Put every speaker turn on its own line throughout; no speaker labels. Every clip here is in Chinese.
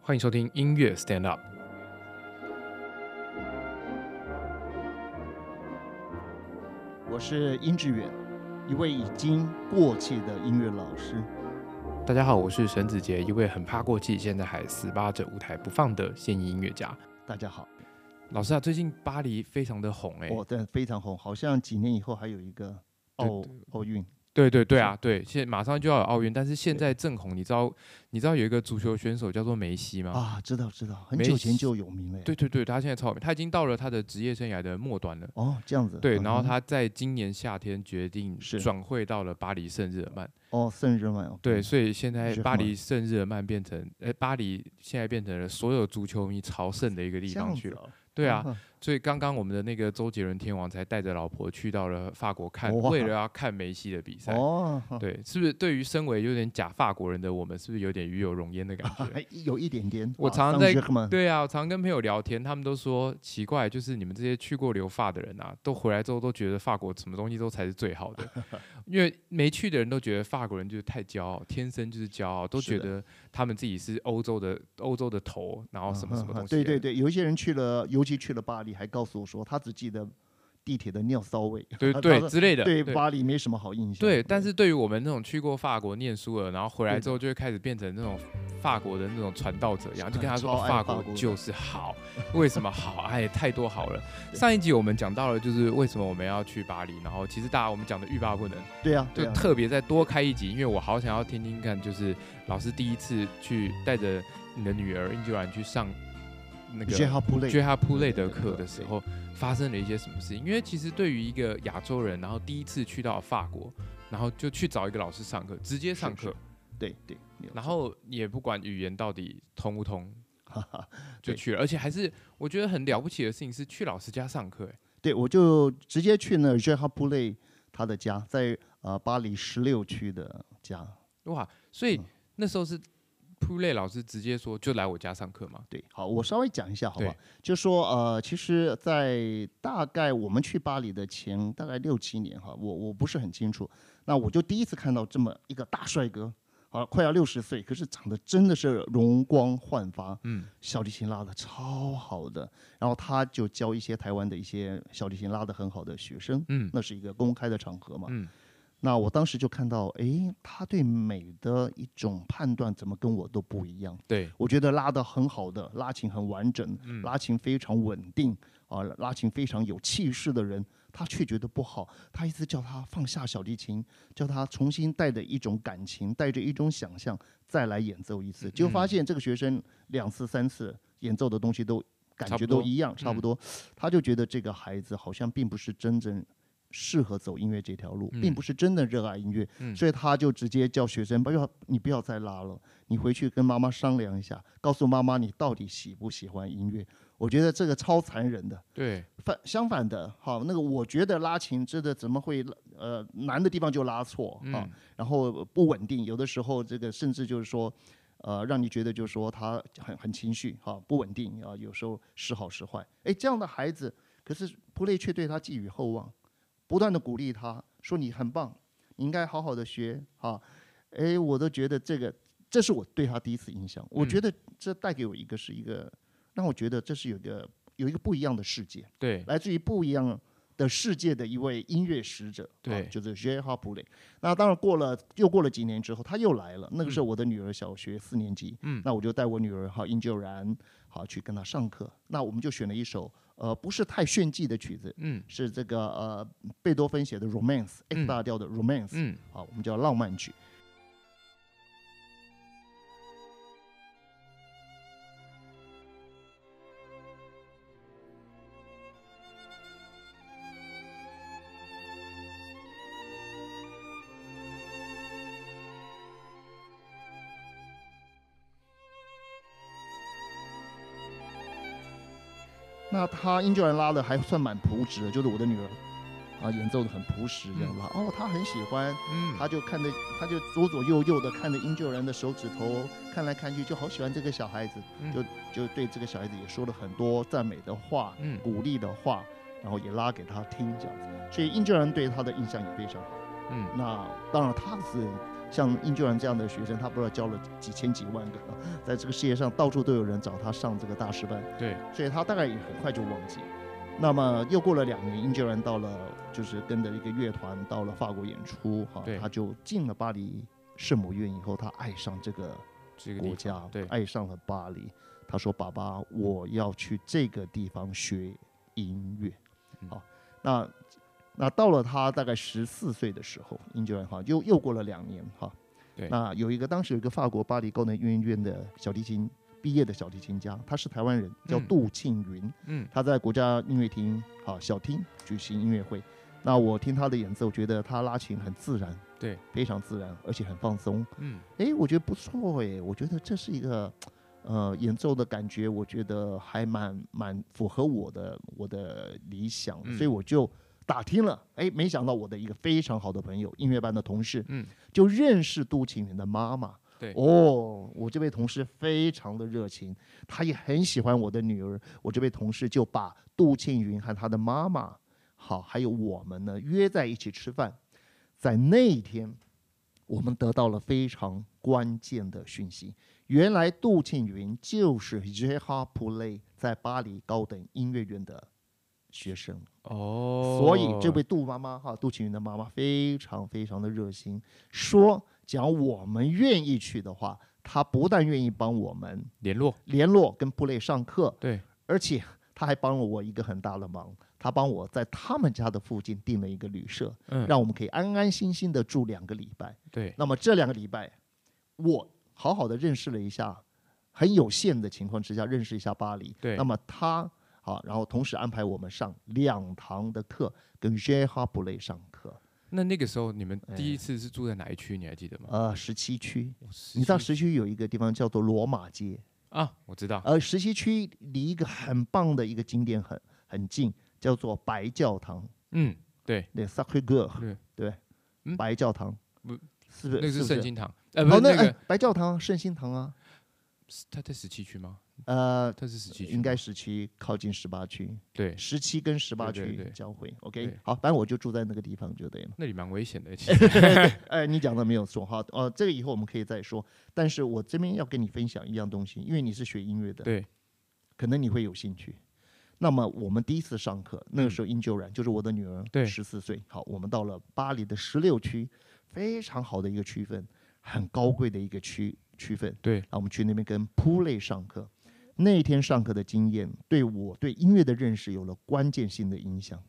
欢迎收听音乐 Stand Up。
我是殷志远，一位已经过气的音乐老师。
大家好，我是沈子杰，一位很怕过气，现在还死扒着舞台不放的现役音乐家。
大家好，
老师啊，最近巴黎非常的红哎、
我真的非常红，好像几年以后还有一个奥奥运。
对对对啊，对，现在马上就要有奥运，但是现在正红，你知道你知道有一个足球选手叫做梅西吗？
啊，知道知道，很
没
久前
戏
就有名了耶。
对对对，他现在超有名，他已经到了他的职业生涯的末端了。
哦，这样子。
对，
嗯
然后
哼
他在今年夏天决定
是
转会到了巴黎圣日耳曼。
哦，圣日曼。
对，，所以现在
是
巴
很好
黎圣日耳曼变成，呃，巴黎现在变成了所有足球迷朝圣的一个地
这
方
样
去
子
了。
哦。
对啊，
嗯，
所以刚刚我们的那个周杰伦天王才带着老婆去到了法国看，
哇
为了要看梅西的比赛。
哦，
对，是不是对于身为有点假法国人的我们，是不是有点与有荣焉的感觉？
还有一点点。
我
啊
常常
桑
在
杰克曼
对啊，我常跟朋友聊天，他们都说奇怪，就是你们这些去过留法的人啊，都回来之后都觉得法国什么东西都才是最好 的，因为没去的人都觉得法国人就是太骄傲，天生就是骄傲，都觉
是的
得他们自己是欧洲的欧洲的头，然哦后什么什么
嗯嗯
东
嗯
西。
对对对，有一些人去了，尤其去了巴黎，还告诉我说他只记得地铁的尿骚味。
对
他
对
说
之类的，
对巴黎没什么好印象。
对，但是对于我们那种去过法国念书的，然后回来
对
之后就会开始变成那种法国的那种传道者一样，
是
就跟他说、
超
哦
爱
法
法
国
国的
就是好，为什么好？哎，太多好了。
对
上一集我们讲到了，就是为什么我们要去巴黎，然后其实大家我们讲的欲罢不能，
对啊，
就
对啊
特别再多开一集，因为我好想要听听看，就是老师第一次去带着你的女儿英九兰去上那个
j h a p l a
j
y
h p 类
对
的
对
课
对
的时候，发生了一些什么事情？因为其实对于一个亚洲人，然后第一次去到法国，然后就去找一个老师上课，直接上
是
课，
对对，没有
然后也不管语言到底通不通，
哈哈，
就
对
去了。而且还是我觉得很了不起的事情是去老师家上课、欸
对我就直接去那 j h a p l a y 他的家，在呃巴黎十六区的家。
哇！所以
嗯
那时候是普类老师直接说就来我家上课嘛，
对，好，我稍微讲一下，好吧
对？
就说呃，其实，在大概我们去巴黎的前大概六七年哈，我我不是很清楚。那我就第一次看到这么一个大帅哥，啊，快要六十岁，可是长得真的是容光焕发，
嗯，
小提琴拉的超好的。然后他就教一些台湾的一些小提琴拉的很好的学生，
嗯
那是一个公开的场合嘛，
嗯，
那我当时就看到，诶，他对美的一种判断怎么跟我都不一样。
对，
我觉得拉得很好的，拉琴很完整，
嗯
拉琴非常稳定啊、拉琴非常有气势的人，他却觉得不好。他一直叫他放下小提琴，叫他重新带着一种感情，带着一种想象再来演奏一次，
嗯
结果发现这个学生两次、三次演奏的东西都感
差不
觉
多嗯
都一样，差不多，他就觉得这个孩子好像并不是真正。适合走音乐这条路，并
嗯
不是真的热爱音乐，
嗯
所以他就直接叫学生不要，你不要再拉了，你回去跟妈妈商量一下，告诉妈妈你到底喜不喜欢音乐。我觉得这个超残忍的，
对，
反相反的，好，那个我觉得拉琴真的怎么会拉呃难的地方就拉错啊，然后不稳定，有的时候这个甚至就是说，呃，让你觉得就是说他很很情绪哈、不稳定啊，有时候时好时坏。哎，这样的孩子，可是普雷却对他寄予厚望，不断的鼓励他说你很棒，你应该好好的学啊。哎，我都觉得这个，这是我对他第一次印象，我觉得这带给我一个是一个让我觉得这是有一个有一个不一样的世界。
对，
来自于不一样的世界的一位音乐使者，
对
啊、就是 J. h a p l e y 那当然过了，又过了几年之后，他又来了。那个时候我的女儿小学四年级，嗯，那我就带我女儿哈殷九然好去跟她上课。那我们就选了一首呃不是太炫技的曲子，
嗯
是这个呃贝多芬写的 Romance X
嗯
大调的 Romance，、
嗯，
好，我们叫浪漫曲。那他英格兰拉的还算蛮朴实的，就是我的女儿啊，演奏的很朴实这样拉。哦，她很喜欢，
嗯，
他就看着，他就左左右右的看着英九人的手指头，看来看去就好喜欢这个小孩子，
嗯
就就对这个小孩子也说了很多赞美的话、
嗯
鼓励的话，然后也拉给他听这样子。所以英九人对他的印象也非常好。
嗯
那当然他是像英俊然这样的学生，他不知道教了几千几万个，在这个世界上到处都有人找他上这个大师班，
对，
所以他大概也很快就忘记。那么又过了两年，英俊然到了就是跟着一个乐团到了法国演出，哈、
对
他就进了巴黎圣母院以后，他爱上这个
这个地方
国家，
对嗯
爱上了巴黎。他说：“爸爸，我要去这个地方学音乐。
嗯
好，那那到了他大概十四岁的时候，英俊人哈又又过了两年哈。
对
那有一个当时有一个法国巴黎高等音乐院的小提琴毕业的小提琴家，他是台湾人，叫
嗯
杜庆云。
嗯，
他在国家音乐厅啊小厅举行音乐会。那我听他的演奏，觉得他拉琴很自然，
对，
非常自然，而且很放松。
嗯，
诶，我觉得不错诶，我觉得这是一个呃演奏的感觉，我觉得还蛮蛮符合我的我的理想，
嗯
所以我就打听了。诶，没想到我的一个非常好的朋友，音乐班的同事，
嗯，
就认识杜庆云的妈妈。
对
哦，我这位同事非常的热情，他也很喜欢我的女儿。我这位同事就把杜庆云和他的妈妈，好，还有我们呢约在一起吃饭。在那一天，我们得到了非常关键的讯息，原来杜庆云就是 j h a p u l e 在巴黎高等音乐院的学生。
哦，
所以这位杜妈妈哈，杜庆云的妈妈非常非常的热心，说讲我们愿意去的话，她不但愿意帮我们
联络，
联络跟布雷上课，
对，
而且她还帮了我一个很大的忙，她帮我在他们家的附近订了一个旅社，
嗯，
让我们可以安安心心的住两个礼拜。
对，
那么这两个礼拜，我好好的认识了一下，很有限的情况之下认识一下巴黎。
对
那么他好，然后同时安排我们上两堂的课，跟 j h a b u l e 上课，
那那个时候你们
哎
第一次是住在哪一区？你还记得吗？
呃，十七区。
十
你知道
七
十七区有一个地方叫做罗马街，
啊？我知道，
呃，十七区离一个很棒的一个景点很很近，叫做白教堂，
嗯，对，
那 s a c r e g u
对
e 对，
嗯
白教堂
不，
是不
那
是？
个
不
是圣经堂，呃，
哦，
不是
那
那
哎
个，
白教堂、圣心堂啊，
他在十七区吗？
呃，
他是十七区吗，
应该十七靠近十八区，
对，
十七跟十八
对对对
区交汇。OK，
对
好，反正我就住在那个地方就对了。
那里蛮危险的，其 实
哎，你讲的没有错哈，呃，这个以后我们可以再说。但是我这边要跟你分享一样东西，因为你是学音乐的，
对，
可能你会有兴趣。那么我们第一次上课，那个时候殷九然就是我的女儿，
嗯对
十四岁。好，我们到了巴黎的十六区，非常好的一个区分，很高贵的一个区区分。啊
对，
然后我们去那边跟扑类上课。那一天上课的经验，对我对音乐的认识有了关键性的影响。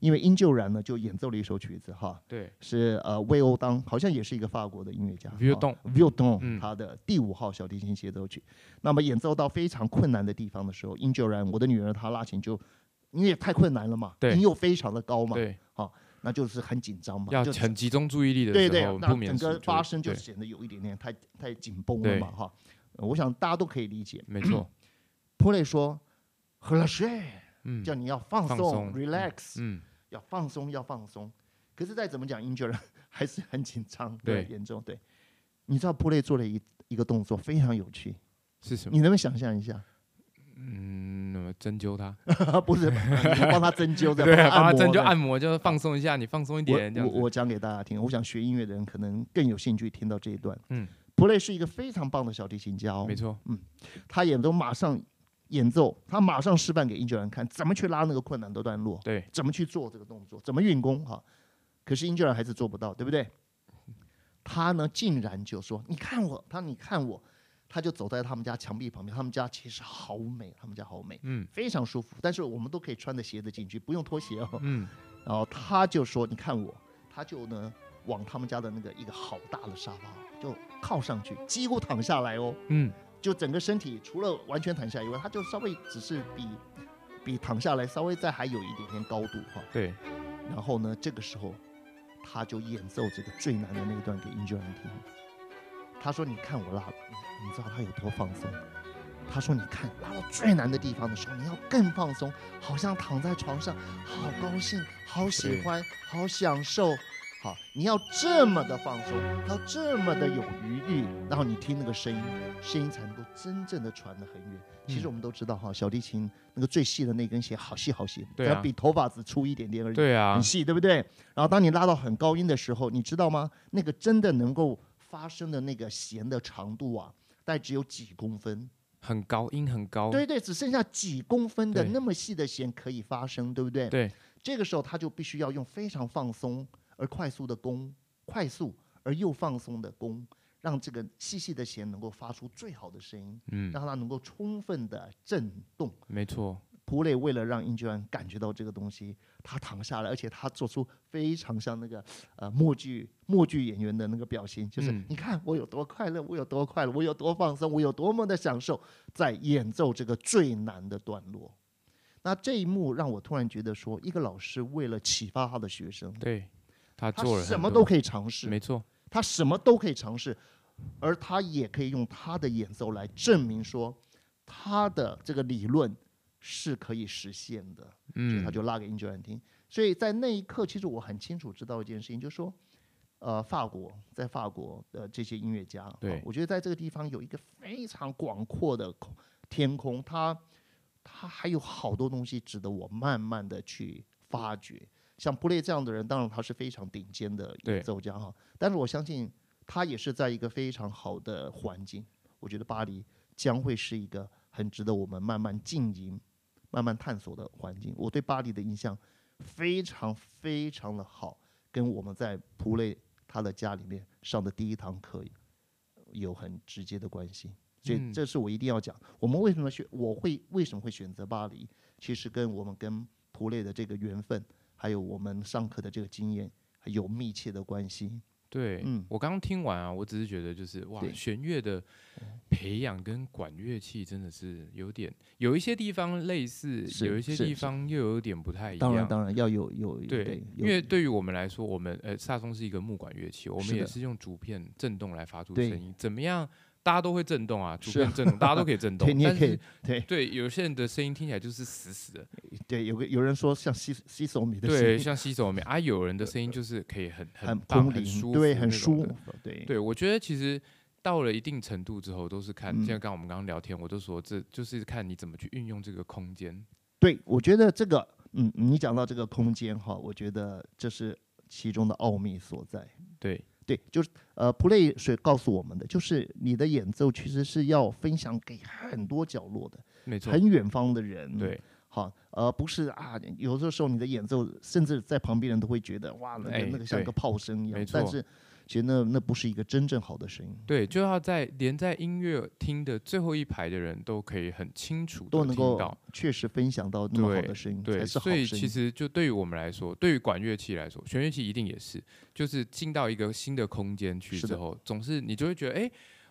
因为殷旧然呢，就演奏了一首曲子哈，
对，
是哦呃魏欧当，好像也是一个法国的音乐家。
Violon
v i o d o
嗯
n 他的第五号小提琴协奏曲。那么演奏到非常困难的地方的时候，殷旧然，我的女儿她拉琴就因为太困难了嘛，
对
音又非常的高嘛，
对，
那就是很紧张嘛，
要
就
很集中注意力的
对
时
对
候，，
那
不免
整个
俗
发声就
对
显得有一点点太太紧绷了
对
嘛哈。呃我想大家都可以理解。
没 错，
普雷说：“喝了水，
嗯
叫你要放
放
松
松
r e l a x
嗯，
要放松，要放松。”可是再怎么讲，英国人 还是很紧张，
对
严重。对，你知道普雷做了一一个动作非常有趣，
是什么？
你能不能想象一下？
嗯，那么针灸他，
不是，你帮他针 灸的，
对啊，
帮
帮
他
他针灸
按摩的啊
按摩，就放松一下，你放松一点，这
我
样
我
子。
我讲给大家听，我想学音乐的人可能更有兴趣听到这一段。
嗯，
普雷是一个非常棒的小提琴家哦
没，错，
他演奏马上演奏，他马上示范给英俊人看怎么去拉那个困难的段落，
对，
怎么去做这个动作，怎么运功哈、可是英俊人还是做不到，对不对？他呢，竟然就说：“你看我，他你看我。”他就走在他们家墙壁旁边，他们家其实好美，他们家好美，
嗯
非常舒服。但是我们都可以穿着鞋子进去，不用拖鞋哦。
嗯，
然后他就说：“你看我。”他就呢往他们家的那个一个好大的沙发就靠上去，几乎躺下来哦。
嗯，
就整个身体除了完全躺下以外，他就稍微只是比比躺下来稍微再还有一点点高度哈。
对，
然后呢，这个时候他就演奏这个最难的那一段给英俊人听。他说：“你看我拉，你你知道他有多放松？”他说：“你看拉到最难的地方的时候，你要更放松，好像躺在床上，好高兴，好喜欢，好享受。”好，你要这么的放松，要这么的有余裕，然后你听那个声音，声音才能够真正的传得很远。其
嗯
实我们都知道哈，小提琴那个最细的那根弦好细好细，
对
只
啊
要比头发只粗一点点而已，
对啊
很，细，对不对？然后当你拉到很高音的时候，你知道吗？那个真的能够发声的那个弦的长度啊，大概只有几公分。
很高音很高，
对对，只剩下几公分的
对
那么细的弦可以发声，对不对？
对
这个时候他就必须要用非常放松而快速的弓，快速而又放松的弓，让这个细细的弦能够发出最好的声音，
嗯，
让它能够充分的震动。
没错，
普磊为了让英俊安感觉到这个东西，他躺下来，而且他做出非常像那个呃默剧默剧演员的那个表情，就是、
嗯
你看我有多快乐，我有多快乐，我有多放松，我有多么的享受，在演奏这个最难的段落。那这一幕让我突然觉得说，一个老师为了启发他的学生，
对他
他
做了
什
很
么
多
都可以尝试，
没错，
他什么都可以尝试，而他也可以用他的演奏来证明说，他的这个理论是可以实现的。所以他
嗯，
就拉给英格兰听。所以在那一刻，其实我很清楚知道一件事情，就是说，呃，法国在法国的这些音乐家，啊
对
我觉得在这个地方有一个非常广阔的空天空，它它还有好多东西值得我慢慢的去发掘。像布列这样的人，当然他是非常顶尖的
对
演奏家哈，但是我相信他也是在一个非常好的环境。我觉得巴黎将会是一个很值得我们慢慢经营、慢慢探索的环境。我对巴黎的印象非常非常的好，跟我们在普雷他的家里面上的第一堂课有很直接的关系。所以
嗯
这是我一定要讲。我们为什么选？我会为什么会选择巴黎？其实跟我们跟普雷的这个缘分，还有我们上课的这个经验还有密切的关系。
对，
嗯
我刚刚听完啊，我只是觉得就是哇，
对哦
弦乐的培养跟管乐器真的是有点，有一些地方类似，
是
有一些
是
地
是
方又有点不太一样。
当然，当然要有有
对，因
有
为对于我们来说，我们呃萨松是一个木管乐器，我
是
们也
的
是用竹片震动来发出
对
声音。怎么样？大家都会震动啊，竹
是啊
片震动，大家都可以 震动
对，。你也
但
可以
是
对。
对有些人的声音听起来就是死死 的，
对，有个有人说像西西索米的声
对，
音
像洗手棉啊，有人的声音就是可以很
很
棒、
空
很舒
灵，
服，
对，很舒
服
服。，对
对，我觉得其实到了一定程度之后，都是看，
嗯
像刚刚我们刚刚聊天，我都说这就是看你怎么去运用这个空间。
对，我觉得这个，嗯，你讲到这个空间哈，我觉得这是其中的奥秘所在。
对，
对，就是呃，play 是告诉我们的，就是你的演奏其实是要分享给很多角落的、
没错，
很远方的人。，
对，
好，呃，不是啊，有的时候你的演奏，甚至在旁边人都会觉得哇，那个、
哎
那个像
对
个炮声一样
没，
但
错
是其实那那不是一个真正好的声音。
对，就要在连在音乐厅的最后一排的人都可以很清楚
都
的
能
听
够
到。
确实分享到那么好
对
的声音，
对，
才是好
所以
声
其
音。
实就对于我们来说，对于管乐器来说，弦乐器一定也是，就是进到一个新的空间去
是
之
的
后，总是你就会觉得，哎，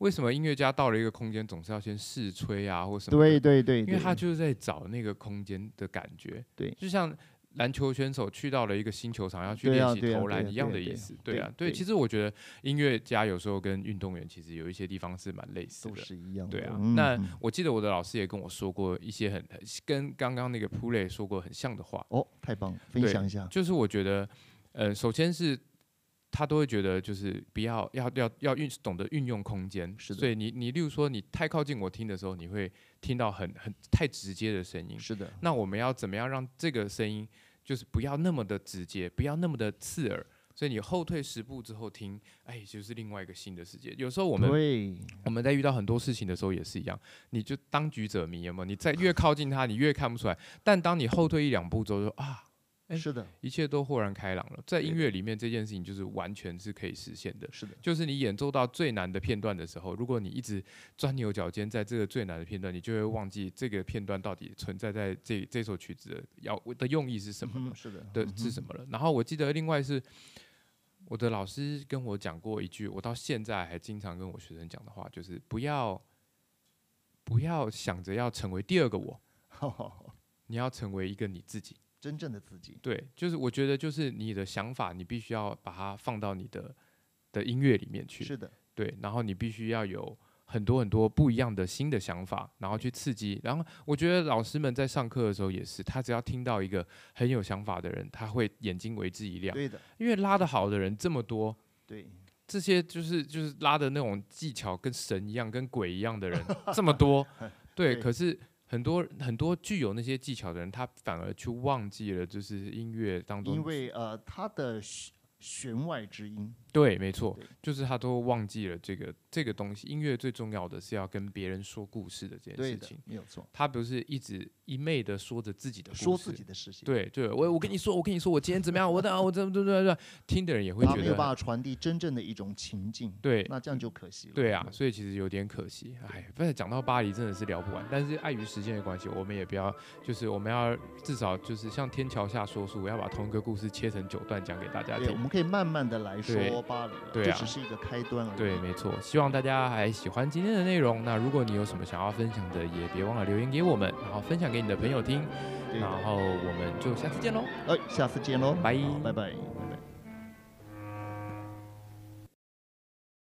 为什么音乐家到了一个空间，总是要先试吹啊，或什么的？
对对对，
因为
对
他就是在找那个空间的感觉。
对
就像篮球选手去到了一个新球场要去
对啊
练习
对啊
投
对啊
篮
对啊
一样的
对啊
意思。对啊，
对
对，
对
其实我觉得音乐家有时候跟运动员其实有一些地方是蛮类似
都
的。
是一样的。
对啊，
嗯
那
嗯
我记得我的老师也跟我说过一些很很跟刚刚那个 p u l e 说过很像的话，
哦，太棒了，分
对
享一下。
就是我觉得，呃，首先是他都会觉得就是不要要要要运懂得运用空间，
是的
所以你你例如说你太靠近我听的时候，你会听到很很太直接的声音，
是的，
那我们要怎么样让这个声音就是不要那么的直接，不要那么的刺耳？所以你后退十步之后听，哎，就是另外一个新的世界。有时候我们
对，
我们在遇到很多事情的时候也是一样，你就当局者迷，有没有？你在越靠近它，你越看不出来。但当你后退一两步之后就，啊，哎
是的，
一切都豁然开朗了。在
对
音乐里面，这件事情就是完全是可以实现的。
是的，
就是你演奏到最难的片段的时候，如果你一直钻牛角尖在这个最难的片段，你就会忘记这个片段到底存在在这这首曲子的要的用意是什么
嗯
了
哼，是的，
的
嗯
是
哼
什么了。然后我记得另外是我的老师跟我讲过一句，我到现在还经常跟我学生讲的话，就是不要不要想着要成为第二个我，
好好好
你要成为一个你自己。
真正的自己。
对，就是我觉得就是你的想法，你必须要把它放到你的的音乐里面去。
是的，
对，然后你必须要有很多很多不一样的新的想法，然后去刺激。然后我觉得老师们在上课的时候也是，他只要听到一个很有想法的人，他会眼睛为之一亮，
对的，
因为拉的好的人这么多，
对，
这些就是就是拉的那种技巧跟神一样、跟鬼一样的 人这么多，对，
对
可是。很多很多具有那些技巧的人，他反而去忘记了，就是音乐当中
因为呃，他的弦弦外之音，
对，没错
对，
就是他都忘记了这个这个东西。音乐最重要的是要跟别人说故事的这件
对
事
的
情，，
没有错，
他不是一直一昧的说着自己的故事，
说自己的事情，，
对对，我我跟你说，我跟你说，我今天怎么样，我的我怎么怎么怎么，听的人也会
他
觉
没有办
得
法传递真正的一种情境，
对。
那这嗯样就可惜了。
对啊，所以其实有点可惜，哎，不是讲到巴黎真的是聊不完，但是碍于时间的关系，我们也不要，就是我们要至少就是像天桥下说书，我要把同一个故事切成九段讲给大家
对，我
听。
们可以慢慢的来
对
说巴黎了，
对
这
啊
只是一个开端而已。
对，没错，希望大家还喜欢今天的内容。那如果你有什么想要分享的，也别忘了留言给我们，然后分享给你的朋友听。
对
然
的，
后我们就下次见喽，
哎，下次见喽，
拜
好拜拜。